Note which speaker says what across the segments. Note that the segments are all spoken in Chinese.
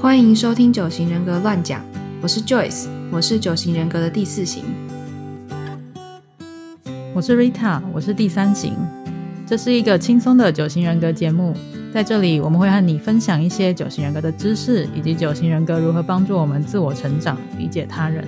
Speaker 1: 欢迎收听《九型人格乱讲》，我是 Joyce，我是九型人格的第四型。
Speaker 2: 我是 Rita，我是第三型。这是一个轻松的九型人格节目，在这里我们会和你分享一些九型人格的知识，以及九型人格如何帮助我们自我成长、理解他人。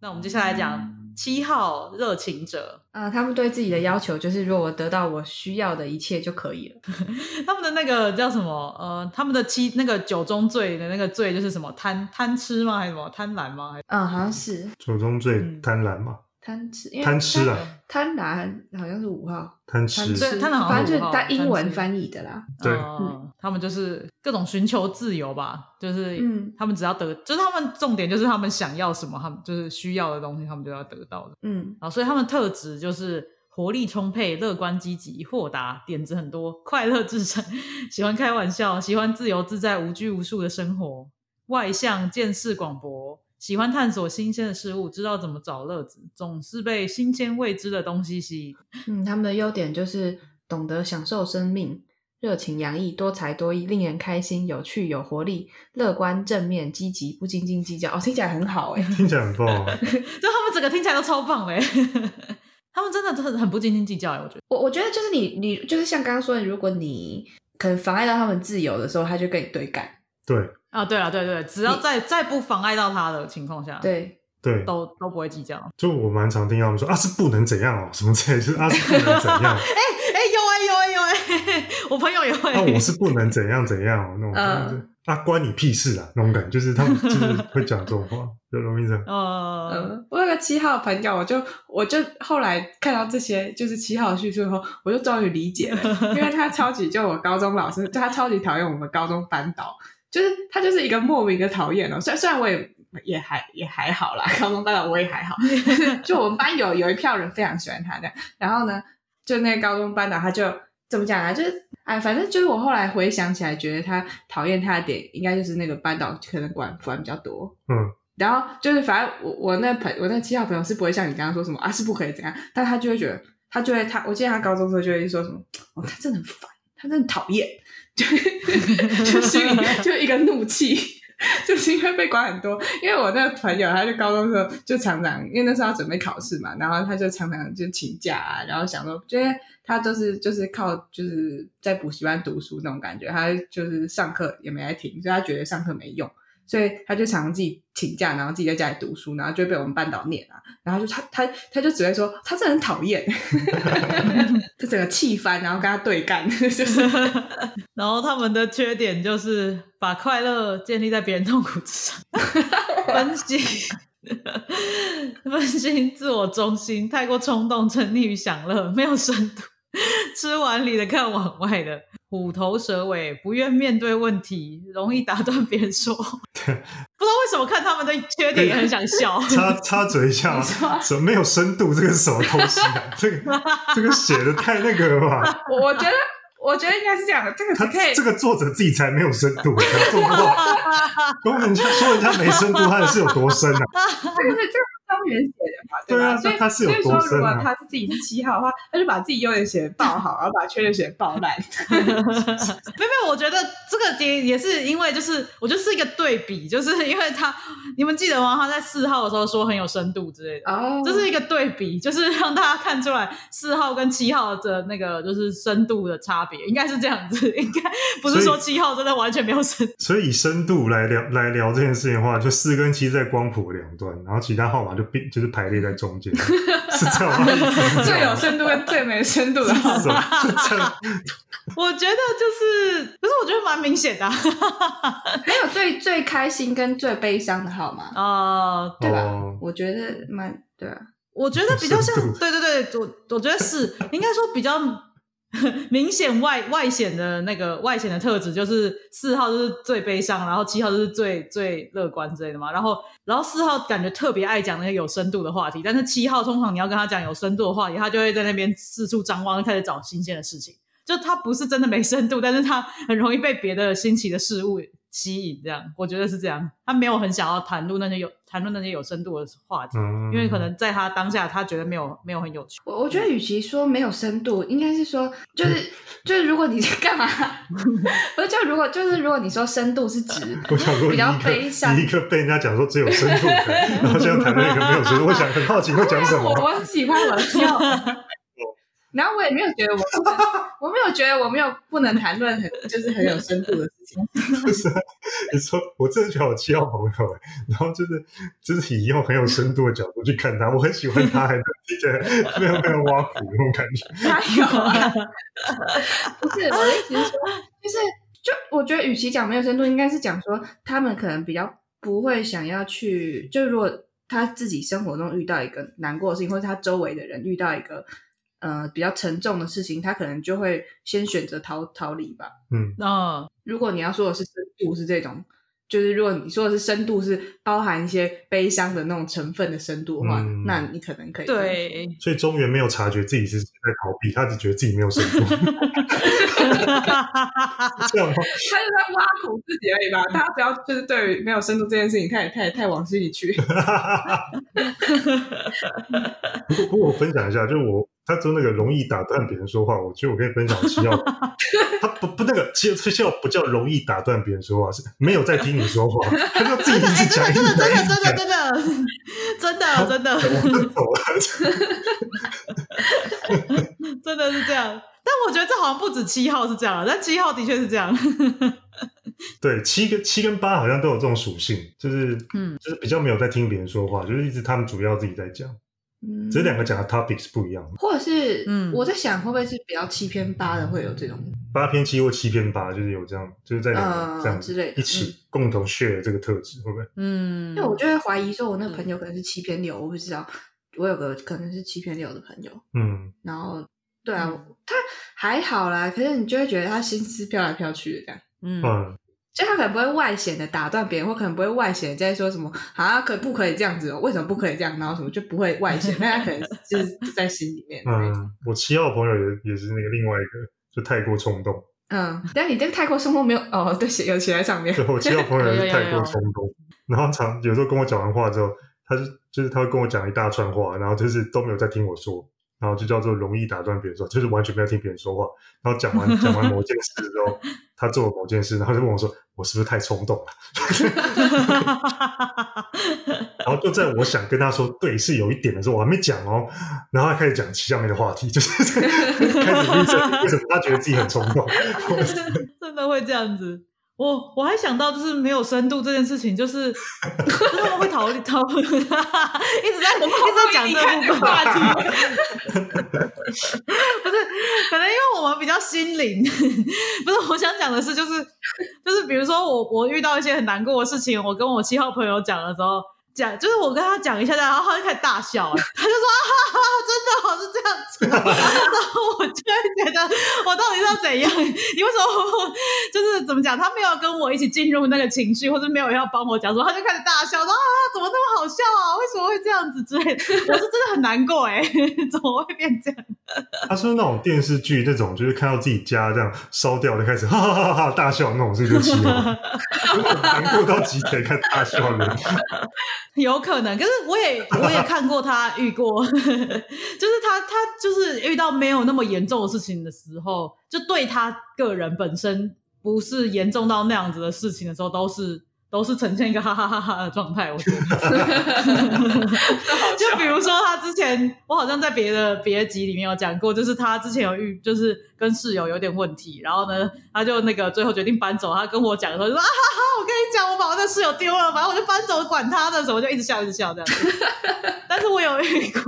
Speaker 2: 那我们接下来讲七号热情者，
Speaker 1: 啊、他们对自己的要求就是，如果我得到我需要的一切就可以了。
Speaker 2: 他们的那个叫什么？呃，他们的七那个九宗罪的那个罪就是什么？贪贪吃吗？还是什么贪婪吗？还是
Speaker 1: 嗯，好像是
Speaker 3: 九宗罪
Speaker 2: 嗯
Speaker 3: 贪婪嘛，
Speaker 1: 贪吃，因为
Speaker 3: 贪吃啊，
Speaker 1: 贪婪好像是五号，
Speaker 3: 贪
Speaker 1: 贪
Speaker 3: 吃
Speaker 1: 吃，
Speaker 2: 对贪婪好像
Speaker 1: 反正就是
Speaker 2: 五号
Speaker 1: 它英文
Speaker 2: 贪吃
Speaker 1: 翻译的啦。
Speaker 3: 对
Speaker 2: 呃他们就是各种寻求自由吧，就是
Speaker 1: 嗯
Speaker 2: 他们只要得，就是他们重点就是他们想要什么，他们就是需要的东西，他们就要得到的
Speaker 1: 嗯，
Speaker 2: 啊。所以他们特质就是活力充沛、乐观积极、豁达、点子很多、快乐至上，喜欢开玩笑，喜欢自由自在、无拘无束的生活，外向、见识广博，喜欢探索新鲜的事物，知道怎么找乐子，总是被新鲜未知的东西吸引。
Speaker 1: 嗯，他们的优点就是懂得享受生命，热情洋溢，多才多艺，令人开心，有趣有活力，乐观正面积极，不斤斤计较。哦，听起来很好 哎、
Speaker 3: 听起来很 棒啊。
Speaker 2: 就他们整个听起来都超棒嘞， 他们真的很很不斤斤计较哎，我觉得。
Speaker 1: 我我觉得就是你你就是像刚刚说的，如果你可能妨碍到他们自由的时候，他就跟你对干。
Speaker 3: 对
Speaker 2: 啊，对了，对对，只要
Speaker 1: 你
Speaker 2: 在在不妨碍到他的情况下，，
Speaker 1: 对，
Speaker 3: 对，
Speaker 2: 都都不会计较。哎
Speaker 3: 就我蛮常听到他们说啊是不能怎样哦， 什么之类的，就是啊是不能 怎样，
Speaker 2: 哎，有哎有哎有哎， 我朋友也会，
Speaker 3: 啊
Speaker 1: 哦
Speaker 3: 我是不能怎样怎样哦那种
Speaker 1: 嗯
Speaker 3: 感觉，啊关你屁事啊那种感觉，就 是他们就是会讲这种话，就容易这样。
Speaker 2: 呃，
Speaker 1: 嗯，我有个七号朋友，我就我就后来看到这些就是七号的叙述后，我就终于理解了， 因为他超级就我高中老师，就他超级讨厌我们高中班导，就是他就是一个莫名的讨厌哦。虽然虽然我也也还也还好啦，高中班导我也还好，就我们班有有一票人非常喜欢他这样，然后呢，就那个高中班导他就怎么讲啊，就是。哎，反正就是我后来回想起来，觉得他讨厌他的点，应该就是那个班导可能管管比较多，
Speaker 3: 嗯，
Speaker 1: 然后就是，反正我我那朋我那七号朋友是不会像你刚刚说什么啊是不可以怎样，但他就会觉得他就会他，我记得他高中时候就会说什么，哦他真的很烦，他真的讨厌，就就心里就一个怒气，就是因为被管很多。因为我那个朋友，他就高中时候就常常，因为那时候要准备考试嘛，然后他就常常就请假啊，然后想说，因为他都是就是靠就是在补习班读书那种感觉，他就是上课也没来听，所以他觉得上课没用。所以他就常常自己请假，然后自己在家里读书，然后就会被我们班导念啊，然后就他他他就只会说他真的很讨厌， 就整个气翻，然后跟他对干， 就是
Speaker 2: 然后他们的缺点就是把快乐建立在别人痛苦之上，分心。 分心、自我中心、太过冲动、沉溺于享乐、没有深度、吃碗里的看碗外的、虎头蛇尾、不愿面对问题、容易打断别人说话。不知道为什么看他们的缺点也很想笑。
Speaker 3: 插插嘴一下
Speaker 1: 你说
Speaker 3: 啊，什么没有深度，这个是什么东西啊？ 这个这个写的太那个了吧？
Speaker 1: 我我觉得我觉得应该是这样的，这个
Speaker 3: 他
Speaker 1: 是可以
Speaker 3: 这个作者自己才没有深度，讲这种 话，跟人家说人家没深度，他也是有多深啊？
Speaker 1: 这个是这个是张元写的嘛，
Speaker 3: 对
Speaker 1: 吧？
Speaker 3: 啊
Speaker 1: 所以
Speaker 3: 那他是有
Speaker 1: 所以说，
Speaker 3: 多深
Speaker 1: 如果
Speaker 3: 啊
Speaker 1: 他是自己是七号的话，他就把自己优点写得爆好，然后把缺点写得爆烂。
Speaker 2: 没有，没有，我觉得这个也也是因为，就是我觉得是一个对比，就是因为他，你们记得吗？他在四号的时候说很有深度之类 的，
Speaker 1: 哦
Speaker 2: 这是一个对比， 就是让大家看出来四号跟七号的那个就是深度的差别，应该是这样子， 应该不是说
Speaker 3: 所以
Speaker 2: 七号真的完全没有深度。
Speaker 3: 所以以深度来聊来聊这件事情的话，就四跟七在光谱的两端，然后其他号码就并就是排列在中间，是这样吗？是这
Speaker 1: 最有
Speaker 3: 样吗
Speaker 1: 深度跟最没深度的好
Speaker 3: 是吗就这样，
Speaker 2: 我觉得就是，可是我觉得蛮明显的啊、
Speaker 1: 没有最最开心跟最悲伤的好吗？
Speaker 2: 呃
Speaker 1: 对吧？啊
Speaker 3: 哦
Speaker 1: 我觉得蛮对啊，
Speaker 2: 我觉得比较像
Speaker 3: 深度，
Speaker 2: 对对对，我我觉得是应该说比较 明显外外显的那个外显的特质，就是四号就是最悲伤，然后七号就是最最乐观之类的嘛。然后然后四号感觉特别爱讲那些有深度的话题，但是七号通常你要跟他讲有深度的话题，他就会在那边四处张望，开始找新鲜的事情。就他不是真的没深度，但是他很容易被别的新奇的事物吸引，这样我觉得是这样。他没有很想要谈论那些有谈论那些有深度的话题，
Speaker 3: 嗯，
Speaker 2: 因为可能在他当下他觉得没有没有很有趣。
Speaker 1: 我我觉得，与其说没有深度，应该是说， 就是就是，如果你在干嘛， 不是就如果就是如果你说深度是指
Speaker 3: 我想说
Speaker 1: 比较
Speaker 3: 你一个
Speaker 1: 悲伤
Speaker 3: 你一个被人家讲说只有深度的，然后现在谈论一个没有深度，我想很好奇会讲什
Speaker 1: 啊 我
Speaker 3: 么。
Speaker 1: 我很喜欢我的 笑，然后我也没有觉得我我没有觉得我没有不能谈论很就是很有深度的事情，
Speaker 3: 你说我真的觉得我七号朋友欸，然后就是就是以用很有深度的角度去看他，我很喜欢他，还是觉得没有没有挖苦那种感 觉。
Speaker 1: 哪有啊？不是我的意思是说，就是就我觉得，与其讲没有深度，应该是讲说他们可能比较不会想要去，就如果他自己生活中遇到一个难过的事情，或者他周围的人遇到一个呃比较沉重的事情，他可能就会先选择逃逃离吧。
Speaker 3: 嗯，
Speaker 2: 嗯，
Speaker 1: 如果你要说的是深度是这种，就是如果你说的是深度是包含一些悲伤的那种成分的深度的话，
Speaker 3: 嗯
Speaker 1: 那你可能可以这样说。
Speaker 2: 对，
Speaker 3: 所以中原没有察觉自己是在逃避，他只觉得自己没有深 度，这样吗？
Speaker 1: 他就在挖苦自己而已吧，大家不要就是对于没有深度这件事情太太太往心里去。
Speaker 3: 不过，不过我分享一下，就是我他真的那个容易打断别人说话，我觉得我可以分享 七号，他不不那个七七号不叫容易打断别人说话，是没有在听你说话，他就自己一直
Speaker 2: 哎，
Speaker 3: 讲，
Speaker 2: 真的，真
Speaker 3: 一直
Speaker 2: 的，
Speaker 3: 讲
Speaker 2: 真的，真的，真的，真的，真的，
Speaker 3: 我就走了。
Speaker 2: 真的是这样。但我觉得这好像不止七号是这样，啊但七号的确是这样。
Speaker 3: 对，七跟七跟八好像都有这种属性，就是
Speaker 2: 嗯，
Speaker 3: 就是比较没有在听别人说话，就是一直他们主要自己在讲，
Speaker 1: 嗯
Speaker 3: 只是两个讲的 topics 不一样。
Speaker 1: 或者是
Speaker 2: 嗯
Speaker 1: 我在想会不会是比较七偏八的会有这种，
Speaker 3: 八偏七或七偏八，就是有这样，就是嗯在两个
Speaker 1: 嗯
Speaker 3: 这样
Speaker 1: 之类的
Speaker 3: 一起共同 share 这个特质，会不会？
Speaker 2: 嗯
Speaker 1: 因为我就会怀疑说，我那个朋友可能是七偏六，我不知道，我有个可能是七偏六的朋友，
Speaker 3: 嗯，
Speaker 1: 然后对啊，
Speaker 2: 嗯
Speaker 1: 他还好啦，可是你就会觉得他心思飘来飘去的这样。
Speaker 2: 嗯
Speaker 3: 嗯，
Speaker 1: 就他可能不会外显的打断别人，或可能不会外显地在说什么啊，可不可以这样子、哦？为什么不可以这样？然后什么就不会外显，但他可能就是在心里面。嗯
Speaker 3: 嗯，我七号朋友也也是那个另外一个，就太过冲动。
Speaker 1: 嗯，但你这个泰国生活没有哦，对，写有写在上面。
Speaker 3: 对，我七号朋友也
Speaker 2: 有有
Speaker 3: 是
Speaker 2: 有
Speaker 3: 太过冲动，然后常有时候跟我讲完话之后，他就就是他会跟我讲一大串话，然后就是都没有在听我说，然后就叫做容易打断别人说，就是完全没有听别人说话。然后 讲完讲完某件事之后，他做了某件事，然后就问我说，我是不是太冲动了？ 然后就在我想跟他说对是有一点的时候，我还没讲哦，然后他开始讲下面的话题，就是 开始预测为什么他觉得自己很冲动。
Speaker 2: 真的会这样子。我我还想到就是没有深度这件事情，就是 就是他们会讨论讨论，一直在一直在讲这个话题， 不是可能因为我们比较心灵，不是我想讲的是就是就是比如说我我遇到一些很难过的事情，我跟我七号朋友讲的时候。讲就是我跟他讲一下，然后他就开始大笑，他就说啊哈哈，真的好是这样子哦，然后我就会觉得我到底是要怎样？你为什么就是怎么讲？他没有跟我一起进入那个情绪，或者没有要帮我讲说，他就开始大笑，说啊，怎么那么好笑啊？为什么会这样子之类的？我是真的很难过哎、 怎么会变这样？
Speaker 3: 他说那种电视剧那种，就是看到自己家这样烧掉，就开始哈哈哈哈大笑那种，是就七号，难过到极点，看大笑了。
Speaker 2: 有可能，可是我也我也看过他遇过， 就是他他就是遇到没有那么严重的事情的时候，就对他个人本身不是严重到那样子的事情的时候，都是都是呈现一个哈哈哈哈的状态，我觉得。就比如说他之前，我好像在别的别集里面有讲过，就是他之前有遇，就是跟室友有点问题，然后呢，他就那个最后决定搬走。他跟我讲的时候就说啊哈 哈，我跟你讲，我把我那室友丢了，反正我就搬走，管他的，什么就一直笑一直笑这样子。但是我有遇过，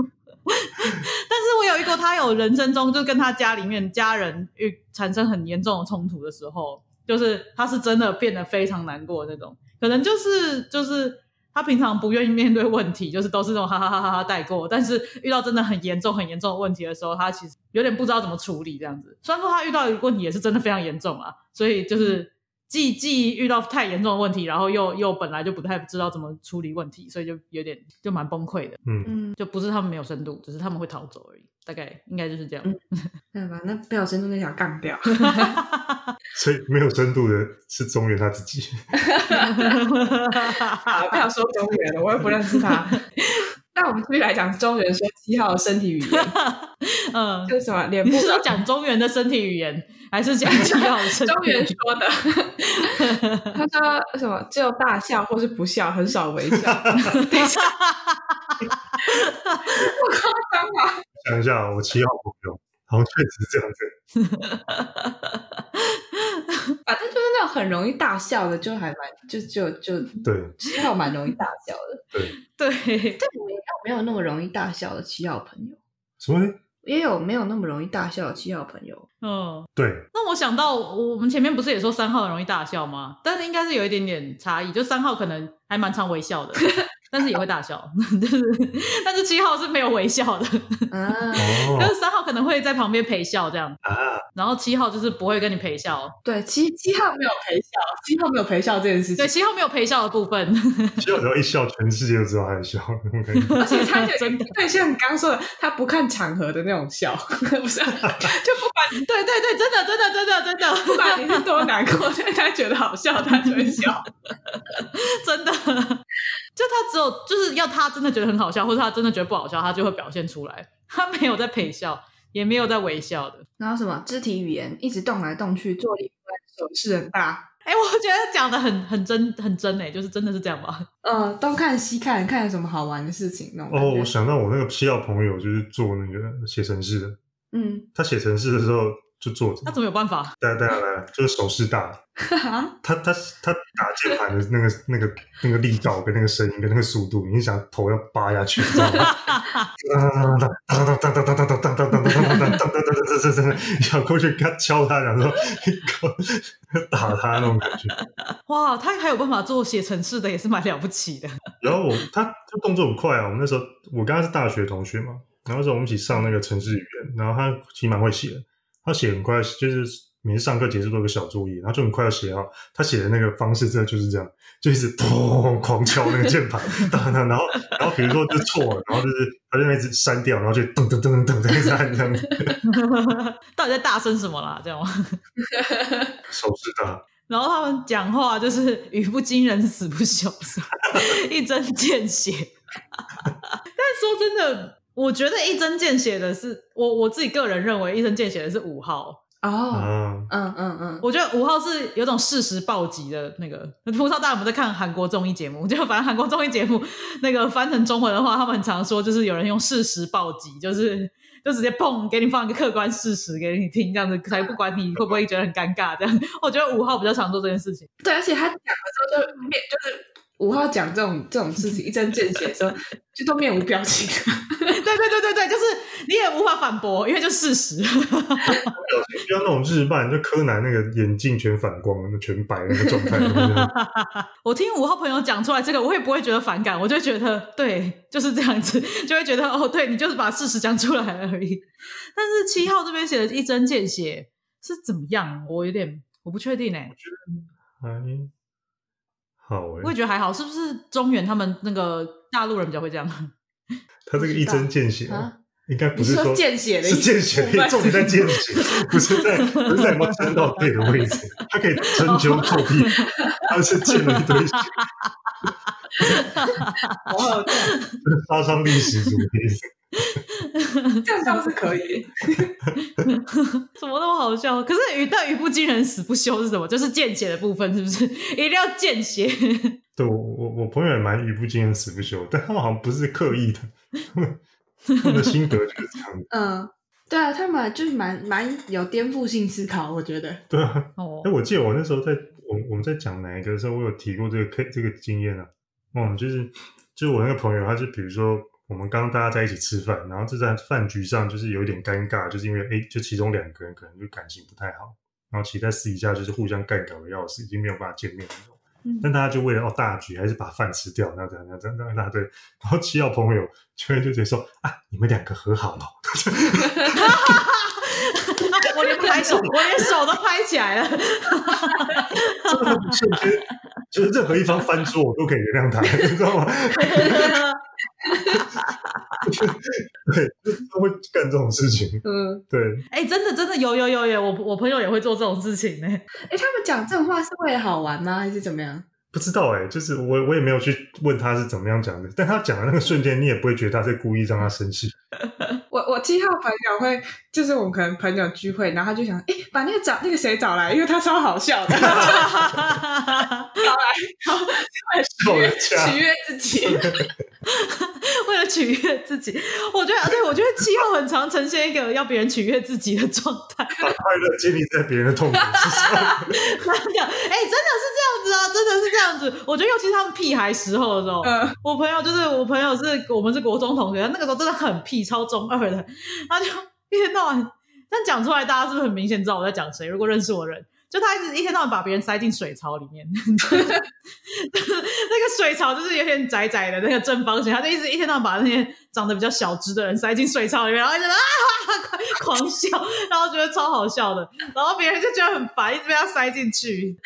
Speaker 2: 但是我有遇过，他有人生中就跟他家里面家人遇产生很严重的冲突的时候，就是他是真的变得非常难过的那种，可能就是就是。他平常不愿意面对问题，就是都是那种哈哈哈哈哈带过。但是遇到真的很严重、很严重的问题的时候，他其实有点不知道怎么处理这样子。虽然说他遇到的问题也是真的非常严重啊，所以就是既既遇到太严重的问题，然后又又本来就不太知道怎么处理问题，所以就有点就蛮崩溃的。
Speaker 3: 嗯，
Speaker 1: 嗯，
Speaker 2: 就不是他们没有深度，只是他们会逃走而已。大概应该就是这样。
Speaker 1: 对吧？那不小心就那小杠掉。
Speaker 3: 所以没有深度的是中原他自己。
Speaker 1: 好，不要说中原了，我又不认识他。 那我们继续来讲中原说七号的身体语言，
Speaker 2: 嗯，
Speaker 1: 就是什么脸
Speaker 2: 你
Speaker 1: 部
Speaker 2: 是说讲中原的身体语言，还是讲七号的身体
Speaker 1: 中
Speaker 2: 语
Speaker 1: 原
Speaker 2: 言？
Speaker 1: 说的， 他说什么只有大笑或是不笑，很少微笑。等一下，不夸张吧？
Speaker 3: 想一下，哦我七号朋友好像确实是这样子。
Speaker 1: 反正就是那种很容易大笑的，就还蛮就就就
Speaker 3: 对，
Speaker 1: 七号蛮容易大笑的。
Speaker 2: 对，
Speaker 1: 但我也有没有那么容易大笑的七号朋友，
Speaker 3: 什么？
Speaker 1: 也有没有那么容易大笑的七号朋友。
Speaker 2: 嗯，
Speaker 3: 对，
Speaker 2: 那我想到我我们前面不是也说三号很容易大笑吗？但是应该是有一点点差异，就三号可能还蛮常微笑 的，但是也会大笑， 就是但是七号是没有微笑的，
Speaker 1: 啊，
Speaker 2: 但
Speaker 3: 哦
Speaker 2: 是三号可能会在旁边陪笑这样，
Speaker 3: 啊，
Speaker 2: 然后七号就是不会跟你陪笑，
Speaker 1: 对，七七号没有陪笑，七号没有陪笑这件事情
Speaker 2: 对，，七号没有陪笑的部分，
Speaker 3: 七号只要一笑，全世界都知道他在笑。那种感觉
Speaker 1: 而且 他就
Speaker 2: 真的
Speaker 1: 对，像你刚刚说的，他不看场合的那种笑， 不是，就不管你
Speaker 2: 对对对，真的真的真的真的
Speaker 1: 不管你是多难过，但他觉得好笑，他就会笑。
Speaker 2: 真的，就他只有就是要他真的觉得很好笑，或者他真的觉得不好笑，他就会表现出来，他没有在陪笑，也没有在微笑的。
Speaker 1: 然后什么肢体语言一直动来动去，坐立不安，手势很大，
Speaker 2: 哎、我觉得讲的很很真很真哎、就是真的是这样吧？
Speaker 1: 呃，东看西看，看有什么好玩的事情那种感
Speaker 3: 哦，
Speaker 1: 觉。
Speaker 3: 我想到我那个七号朋友就是做那个写程式的，
Speaker 1: 嗯，
Speaker 3: 他写程式的时候就坐着
Speaker 2: 他，怎么有办法？
Speaker 3: 大家大家来，就是手势大，
Speaker 1: 哈
Speaker 3: 他他他打键盘的那个那个那个力道跟那个声音跟那个速度，你想头要扒下去，知道吗？当当当当当当当当当当当当当当当当当当当，想过去跟他敲他，然后打他那种感觉。
Speaker 2: 哇，他还有办法做写程式的，也是蛮了不起的。
Speaker 3: 然后我他他动作很快啊，我们那时候我跟他是大学同学嘛，然后那时候我们一起上那个城市语言，然后他其实蛮会写的，他写很快，就是每次上课结束都有个小作业，然后就很快要写好。他写的那个方式真的就是这样，就一直砰狂敲那个键盘，当当，然后然后比如说就错了，然后就是他就那一直删掉，然后就噔噔噔噔噔噔一直按这样子，
Speaker 2: 到底在大声什么啦？这样吗？
Speaker 3: 手势大，
Speaker 2: 然后他们讲话就是语不惊人死不休， 一针见血。 但说真的，我觉得一针见血的是我我自己个人认为一针见血的是五号。
Speaker 1: 哦，
Speaker 3: 啊，
Speaker 1: 嗯嗯嗯，
Speaker 2: 我觉得五号是有种事实暴击的那个，不知道大家有没有在看韩国综艺节目？ 就反正韩国综艺节目那个翻成中文的话，他们很常说就是有人用事实暴击，就是就直接砰给你放一个客观事实给你听，这样子才不管你会不会觉得很尴尬。这样，我觉得五号比较常做这件事情。
Speaker 1: 对，而且他讲的时候就面就是。五号讲这种这种事情一针见血的时候，就都面无表情。
Speaker 2: 对对对对对，就是你也无法反驳，因为就事实。
Speaker 3: 不要那种日漫，就柯南那个眼镜全反光，那全白那个状态，
Speaker 2: 我听五号朋友讲出来这个，我也不会觉得反感，我就觉得对，就是这样子， 就会觉得哦，对你就是把事实讲出来了而 已。但是七号这边写的一针见血是怎么样？我有点我不确定哎、
Speaker 3: 还好哎、
Speaker 2: 我也觉得还好，是不是中原他们那个大陆人比较会 这样？
Speaker 3: 他这个一针见血
Speaker 1: 啊，
Speaker 3: 应该
Speaker 1: 你
Speaker 3: 不
Speaker 1: 是
Speaker 3: 说
Speaker 1: 说见血的意
Speaker 3: 是
Speaker 1: 思？
Speaker 3: 见血
Speaker 1: 部分，
Speaker 3: 重点在见血，不是 在不是在有没有针到对的位置，他可以针灸破 壁，他是见了一堆血，
Speaker 1: 哦，这
Speaker 3: 杀伤力十足的意思。
Speaker 1: 样这样倒是可以。
Speaker 2: 怎么那么好笑？可是语但语不惊人死不休是什么？就是见血的部分是不是？ 一定要见血？
Speaker 3: 对我我我朋友也蛮语不惊人死不休，但他们好像不是刻意的，他们的心得就是这样的。
Speaker 1: 嗯，对啊，他们就是蛮蛮有颠覆性思考，我觉得。
Speaker 3: 对啊，
Speaker 2: 哦
Speaker 3: 哎，，我记得我那时候在我我们在讲哪一个的时候，我有提过这个 K 这个经验啊。嗯，就是就是我那个朋友，他就比如说我们刚刚大家在一起吃饭，然后就在饭局上就是有一点尴尬，就是因为哎，就其中两个人可能就感情不太好，然后其实在私底下就是互相干搞的要死，已经没有办法见面那种。
Speaker 1: 嗯
Speaker 3: 但大家就为了哦大局，还是把饭吃掉，那这样那这样那这样那这样，然后七号朋友就会就直接说啊，你们两个和好了，
Speaker 2: 我连拍 手，我连手都拍起来了。
Speaker 3: 真的很瞬间，就是任何一方翻桌，我都可以 原谅他，你知道吗？对，都会干这种事情。
Speaker 1: 嗯，
Speaker 3: 对，
Speaker 2: 哎、真的真的有有有有，我我朋友也会做这种事情呢、
Speaker 1: 哎、他们讲这种话是为了好玩吗？还是怎么样？
Speaker 3: 不知道哎、就是我我也没有去问他是怎么样讲的，但他讲的那个瞬间，你也不会觉得他是故意让他生气。
Speaker 1: 我我七号朋友会，就是我们可能朋友聚会，然后他就想，哎、把那个找那个谁找来，因为他超好笑的，
Speaker 3: 吵了架
Speaker 1: 取悦自 己。
Speaker 2: 为了取悦自己，我觉得啊对，我觉得七号很常呈现一个要别人取悦自己的状态。
Speaker 3: 把快乐建立在别人的痛苦之上。
Speaker 2: 真的，哎、真的是这样子啊，真的是这样子。我觉得尤其是他们屁孩时候的时候，
Speaker 1: 嗯，
Speaker 2: 我朋友就是我朋友是我们是国中同学，他那个时候真的很屁，超中二的，他就一天到晚，但讲出来大家是不是很明显知道我在讲谁？如果认识我的人。就他一直一天到晚把别人塞进水槽里面， 就是那个水槽就是有点窄窄的那个正方形，他就一直一天到晚把那些长得比较小只的人塞进水槽里面，然后一直啊 狂狂笑，然后觉得超好笑的，然后别人就觉得很烦，一直被他塞进去，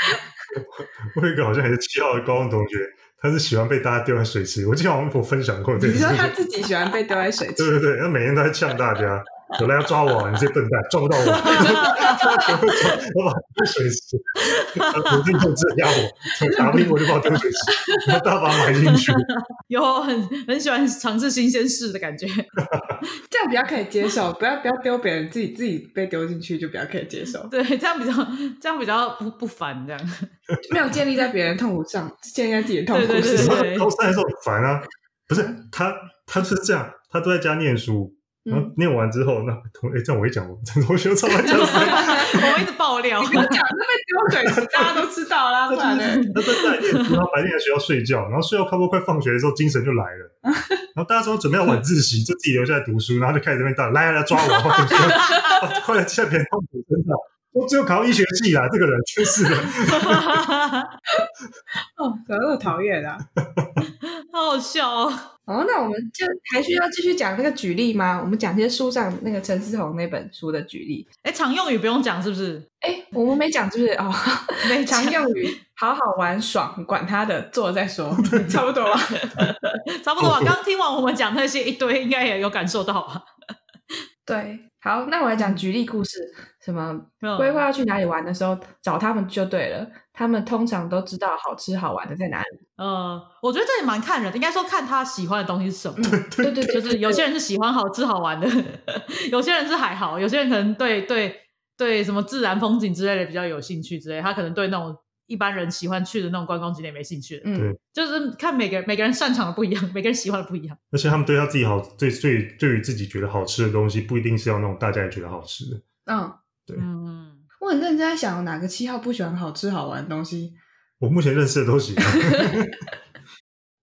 Speaker 3: 我有一个好像也是七号的高中同学，他是喜欢被大家丢在水池。我记得好像我分享过 这
Speaker 1: 你
Speaker 3: 件事
Speaker 1: 说
Speaker 3: 情。
Speaker 1: 他自己喜欢被丢在水
Speaker 3: 对
Speaker 1: 池，
Speaker 3: 对对，他每天都在呛大家，有人要抓我，你这些笨蛋，抓不到我，我把丢水池，我定控制压我，打不赢我就把我丢水池，然后大把埋进去。
Speaker 2: 有很很喜欢尝试新鲜事的感觉。
Speaker 1: 这样比较可以接受，不要不要丢别人，自己自己被丢进去就比较可以接受，
Speaker 2: 对，这样比较这样比较不不烦，这样
Speaker 1: 没有建立在别人痛苦上，是建立在自己的痛
Speaker 2: 对
Speaker 1: 苦
Speaker 2: 对
Speaker 1: 之
Speaker 2: 对
Speaker 1: 上。
Speaker 2: 对
Speaker 3: 高三的时候很烦啊，不是他，他是这样，他都在家念书，然后
Speaker 1: 嗯，
Speaker 3: 念完之后，那同哎，这样我一讲，我陈同学超爱讲什么。
Speaker 2: 我们一直爆料，
Speaker 1: 我讲是被丢水池，大家都知道啦，不然呢？
Speaker 3: 他在白天，然后白天在学校睡觉，然后睡到差不多快放学的时候，精神就来了。然后大家说准备要晚自习，就自己留下来读书，然后就开始这边打，来来来抓我，啊把啊 快来下别人痛苦身上。我只有考到医学系啦，这个人真是的。
Speaker 1: 哦，可恶，讨厌啊！
Speaker 2: 好好笑哦。
Speaker 1: 哦，那我们就还需要继续讲那个举例吗？我们讲些书上那个陈思宏那本书的举例。
Speaker 2: 哎，常用语不用讲是不是？
Speaker 1: 哎，我们没讲，就是哦，
Speaker 2: 没
Speaker 1: 常
Speaker 2: 讲
Speaker 1: 用语，好好玩爽，管他的，做了再说，差不多吧。
Speaker 2: 差不多吧。刚听完我们讲那些一堆，应该也有感受到吧？
Speaker 1: 对，好，那我来讲举例故事，什么
Speaker 2: 嗯
Speaker 1: 规划要去哪里玩的时候，找他们就对了。他们通常都知道好吃好玩的在哪里。
Speaker 2: 呃，我觉得这也蛮看人的，应该说看他喜欢的东西是什么。
Speaker 1: 嗯对对对，
Speaker 2: 就是有些人是喜欢好吃好玩的， 有些人是还好，有些人可能对对对什么自然风景之类的比较有兴趣之类，他可能对那种一般人喜欢去的那种观光景点没兴趣，
Speaker 1: 嗯
Speaker 3: 对，
Speaker 2: 就是看每个人每个人擅长的不一样，每个人喜欢的不一样。
Speaker 3: 而且他们对他自己好，对对对于自己觉得好吃的东西，不一定是要那种大家也觉得好吃的。
Speaker 1: 嗯，
Speaker 3: 对
Speaker 2: 嗯，
Speaker 1: 我很认真在想，哪个七号不喜欢好吃好玩的东西？
Speaker 3: 我目前认识的都行。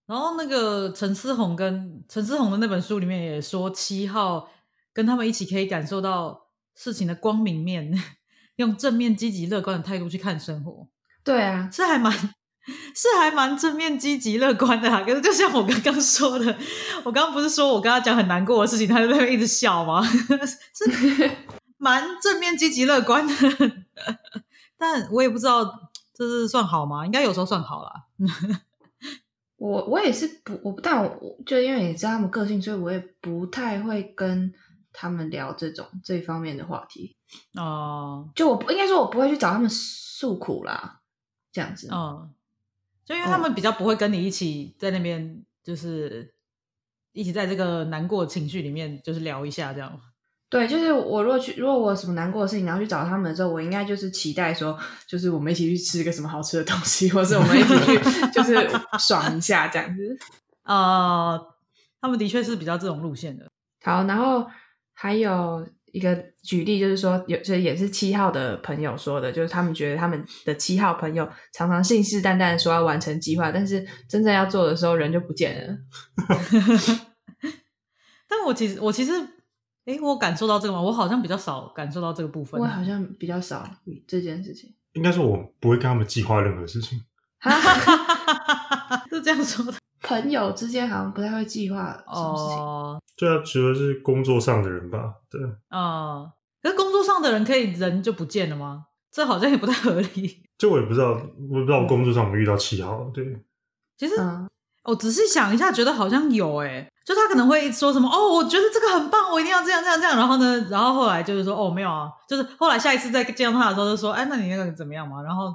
Speaker 2: 然后那个陈思宏跟陈思宏的那本书里面也说，七号跟他们一起可以感受到事情的光明面， 用正面、积极、乐观的态度去看生活。
Speaker 1: 对啊，
Speaker 2: 是还蛮是还蛮正面、积极、乐观的啦。啊可是就像我刚刚说的，我刚刚不是说我跟他讲很难过的事情，他就在那边一直笑吗？ 是蛮正面、积极、乐观的， 但我也不知道这是算好吗？应该有时候算好啦。
Speaker 1: 我我也是不，我但我我就因为也知道他们个性，所以我也不太会跟他们聊这种这一方面的话题。
Speaker 2: 哦、
Speaker 1: 就我不应该说，我不会去找他们诉苦啦，这样子。
Speaker 2: 嗯，就因为他们比较不会跟你一起在那边，就是一起在这个难过的情绪里面，就是聊一下这样。
Speaker 1: 对，就是我如果去，如果我有什么难过的事情，然后去找他们的时候，我应该就是期待说，就是我们一起去吃个什么好吃的东西，或者我们一起 去就是爽一下这样子。
Speaker 2: 呃，他们的确是比较这种路线的。
Speaker 1: 好，然后还有一个举例，就是说有这也是七号的朋友说的，就是他们觉得他们的七号朋友常常信誓旦旦地说要完成计划，但是真正要做的时候人就不见了。
Speaker 2: 但我其实我其实，诶，我感受到这个吗？我好像比较少感受到这个部分
Speaker 1: 我。好像比较少这件事情。
Speaker 3: 应该说，我不会跟他们计划任何事情。
Speaker 2: 啊 是这 样说的
Speaker 1: 朋友之间好像不太会计划什么事情。
Speaker 2: 哦，
Speaker 3: 对啊，除了是工作上的人吧，对。
Speaker 2: 啊、可是工作上的人可以人就不见了吗？这好像也不太合理。
Speaker 3: 就我也不知道，我也不知道我工作上有没有遇到七号，对，
Speaker 2: 其实、
Speaker 1: 嗯，
Speaker 2: 我仔细想一下，觉得好像有诶、就他可能会说什么哦，我觉得这个很棒，我一定要这样这样这样。然后呢，然后后来就是说哦，没有啊，就是后来下一次再见到他的时候就说，哎，那你那个怎么样嘛？然后，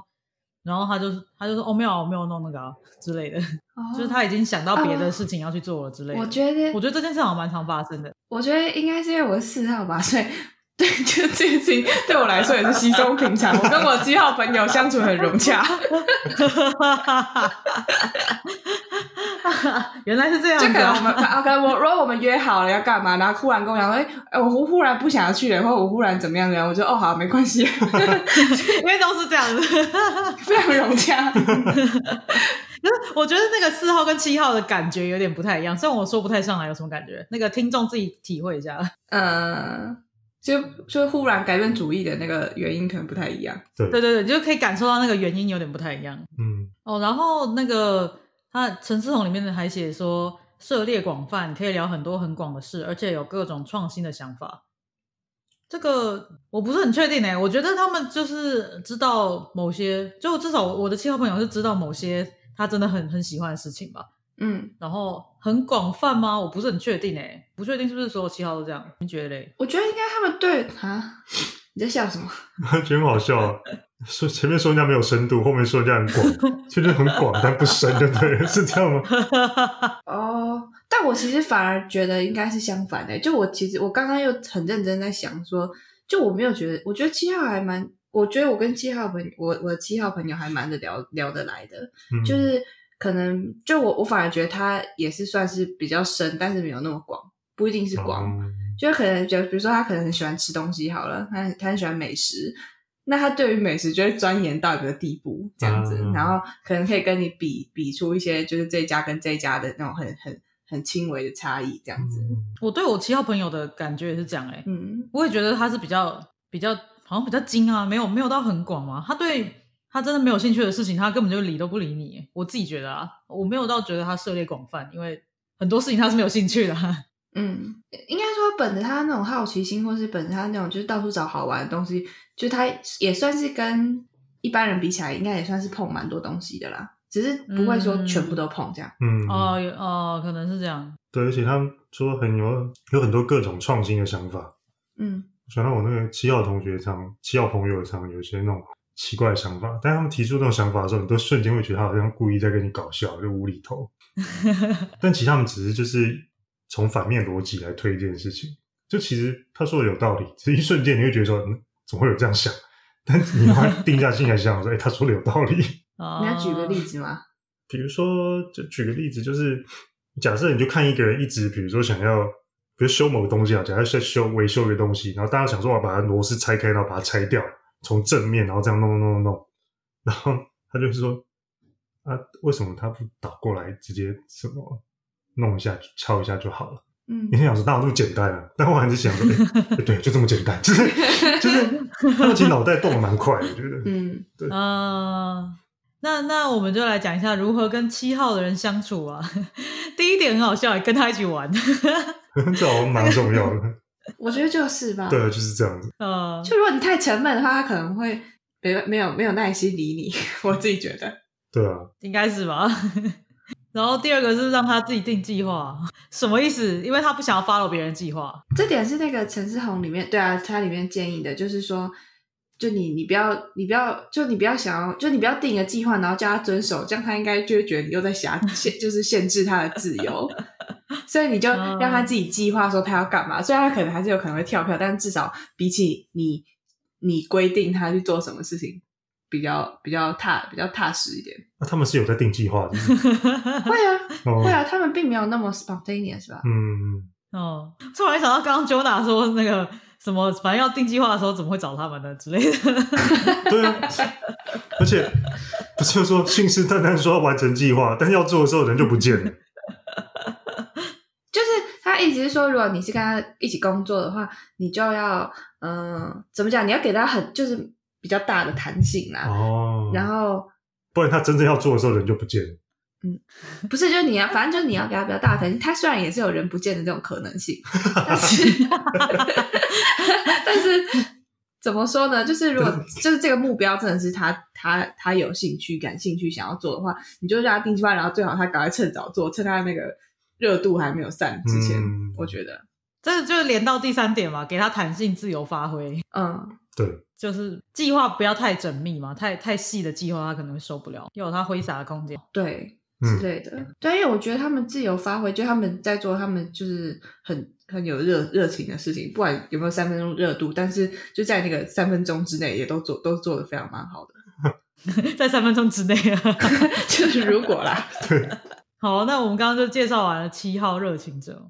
Speaker 2: 然后他就他就说哦，没有啊，我没有弄那个、啊、之类的，
Speaker 1: 嗯
Speaker 2: 就是他已经想到别的事情要去做了之类的。
Speaker 1: 啊我觉得
Speaker 2: 我觉得这件事好像蛮常发生的。
Speaker 1: 我觉得应该是因为我是四号吧，所以 对，就这件事 情对我来说也是稀松平常。我跟我七号朋友相处很融洽，
Speaker 2: 原来是这样
Speaker 1: 就可
Speaker 2: 子、
Speaker 1: 能我
Speaker 2: 啊，
Speaker 1: 们啊，可能我如果我们约好了要干嘛，然后忽然跟我讲说，哎、哎我忽然不想要去了，或者我忽然怎么样怎么样，我就哦好，没关系，
Speaker 2: 因为都是这样子。
Speaker 1: 非常融洽。
Speaker 2: 我觉得那个四号跟七号的感觉有点不太一样，虽然我说不太上来有什么感觉，那个听众自己体会一下。
Speaker 1: 呃，就就忽然改变主意的那个原因可能不太一样。
Speaker 2: 对对对，就可以感受到那个原因有点不太一样
Speaker 3: 嗯，
Speaker 2: 哦。然后那个他陈思宏里面的还写说，涉猎广泛，可以聊很多很广的事，而且有各种创新的想法。这个我不是很确定哎、我觉得他们就是知道某些，就至少我的七号朋友是知道某些他真的很很喜欢的事情吧。
Speaker 1: 嗯，
Speaker 2: 然后很广泛吗？我不是很确定哎、不确定是不是所有七号都这样？你觉得嘞？
Speaker 1: 我觉得应该他们对啊，你在笑什么？
Speaker 3: 觉得很好笑啊。说前面说人家没有深度，后面说人家很 广，其实很广但不深，对不对？ 是这样吗？
Speaker 1: 哦，但我其实反而觉得应该是相反的、就我其实我刚刚又很认真在想说，就我没有觉得，我觉得七号还蛮，我觉得我跟七号朋友，我我的七号朋友还蛮的聊聊得来的，
Speaker 3: 嗯，
Speaker 1: 就是可能就我我反而觉得他也是算是比较深，但是没有那么广，不一定是广。
Speaker 3: 嗯
Speaker 1: 就是可能，就比如说他可能很喜欢吃东西好了，他很他很喜欢美食，那他对于美食就会钻研到一个地步这样子，
Speaker 3: 嗯
Speaker 1: 然后可能可以跟你比比出一些就是这一家跟这一家的那种很很很轻微的差异这样子。
Speaker 2: 我对我七号朋友的感觉也是这样哎、
Speaker 1: 嗯
Speaker 2: 我也觉得他是比较比较好像比较精啊，没有没有到很广嘛。他对他真的没有兴趣的事情，他根本就理都不理你耶。我自己觉得啊，我没有到觉得他涉猎广泛，因为很多事情他是没有兴趣的啊、
Speaker 1: 嗯，应该说本着他那种好奇心，或是本着他那种就是到处找好玩的东西，就他也算是跟一般人比起来，应该也算是碰蛮多东西的啦，只是不会说
Speaker 2: 嗯
Speaker 1: 全部都碰这样。
Speaker 3: 嗯，
Speaker 2: 哦有哦，可能是这样。
Speaker 3: 对，而且他们说很有有很多各种创新的想法，
Speaker 1: 嗯
Speaker 3: 想到我那个七号同学常，七号朋友常有一些那种奇怪的想法，但他们提出那种想法的时候，你都瞬间会觉得他好像故意在跟你搞笑，就无厘头。但其实他们只是就是从反面逻辑来推这件事情，就其实他说的有道理，只是一瞬间你会觉得说，嗯，怎么会有这样想？ 但你会定下心来想说，哎、他说的有道理。
Speaker 2: 哦
Speaker 1: 你要举个例子吗？
Speaker 3: 比如说，就举个例子，就是假设你就看一个人一直，比如说想要，比如修某个东西啊，假设在修维修一个东西，然后大家想说我要把它螺丝拆开，然后把它拆掉，从正面，然后这样弄弄弄弄弄，然后他就说啊，为什么他不倒过来直接什么弄一下敲一下就好了？
Speaker 1: 嗯
Speaker 3: 你，想说哪有那么简单啊？但我还是想说，哎对， 就这么简单，就是就是，他们其实脑袋动得蛮快的，我觉 得，
Speaker 1: 嗯。
Speaker 2: 啊、那那我们就来讲一下如何跟七号的人相处啊。 第一点很好笑，跟他一起玩。
Speaker 3: 这好像蛮重要的，
Speaker 1: 我觉得就是吧。
Speaker 3: 对，，就是这样子。
Speaker 2: 呃，
Speaker 1: 就如果你太沉闷的话，他可能会没没有没有耐心理你。 我自己觉得，
Speaker 3: 对啊，
Speaker 2: 应该是吧。 然后第二个是让他自己定计划，什么意思？因为他不想要 follow 别人计划。
Speaker 1: 这点是那个陈思宏里面，对啊，他里面建议的，就是说，就你你不要你不要就你不要想要就你不要定一个计划，然后叫他遵守，这样他应该就会觉得你又在 狭限，就是限制他的自由。 所以你就
Speaker 2: 嗯
Speaker 1: 让他自己计划说他要干嘛，虽然他可能还是有可能会跳票，但至少比起你你规定他去做什么事情，比较比较踏比较踏实一点。
Speaker 3: 那、他们是有在定计 划的，
Speaker 1: 会啊，
Speaker 3: 哦
Speaker 1: 会，啊，他们并没有那么 spontaneous 吧？
Speaker 3: 嗯，
Speaker 2: 哦，突然想到刚刚 Jona 说那个什么，反正要定计划的时候怎么会找他们呢之类的。
Speaker 3: 对啊，而且不是说信誓旦旦说要完成计划，但要做的时候人就不 见了，
Speaker 1: 就是他一直是说，如果你是跟他一起工作的话，你就要嗯、呃怎么讲？你要给他很就是比较大的弹性啦。
Speaker 3: 哦，
Speaker 1: 啊然后
Speaker 3: 不然他真正要做的时候人就不见了，
Speaker 1: 不是，就是你要，反正就是你要给他比较大的弹性。他虽然也是有人不见的这种可能性，但是但是怎么说呢？就是如果就是这个目标真的是他他他有兴趣、感兴趣想要做的话，你就让他定计划，然后最好他赶快趁早做，趁他那个热度还没有散之前，
Speaker 3: 嗯
Speaker 1: 我觉得，
Speaker 2: 这就是连到第三点嘛，给他弹性自由发挥，
Speaker 1: 嗯，
Speaker 3: 对，
Speaker 2: 就是计划不要太缜密嘛，太太细的计划他可能会受不了，要有他挥洒的空间。
Speaker 1: 对。之
Speaker 3: 嗯，
Speaker 1: 类的，对，因为我觉得他们自由发挥，就他们在做他们就是很很有热热情的事情，不管有没有三分钟热度，但是就在那个三分钟之内，也都做都做的非常蛮好的。
Speaker 2: 在三分钟之内啊。
Speaker 1: 就是如果啦，
Speaker 2: 好，那我们刚刚就介绍完了七号热情者。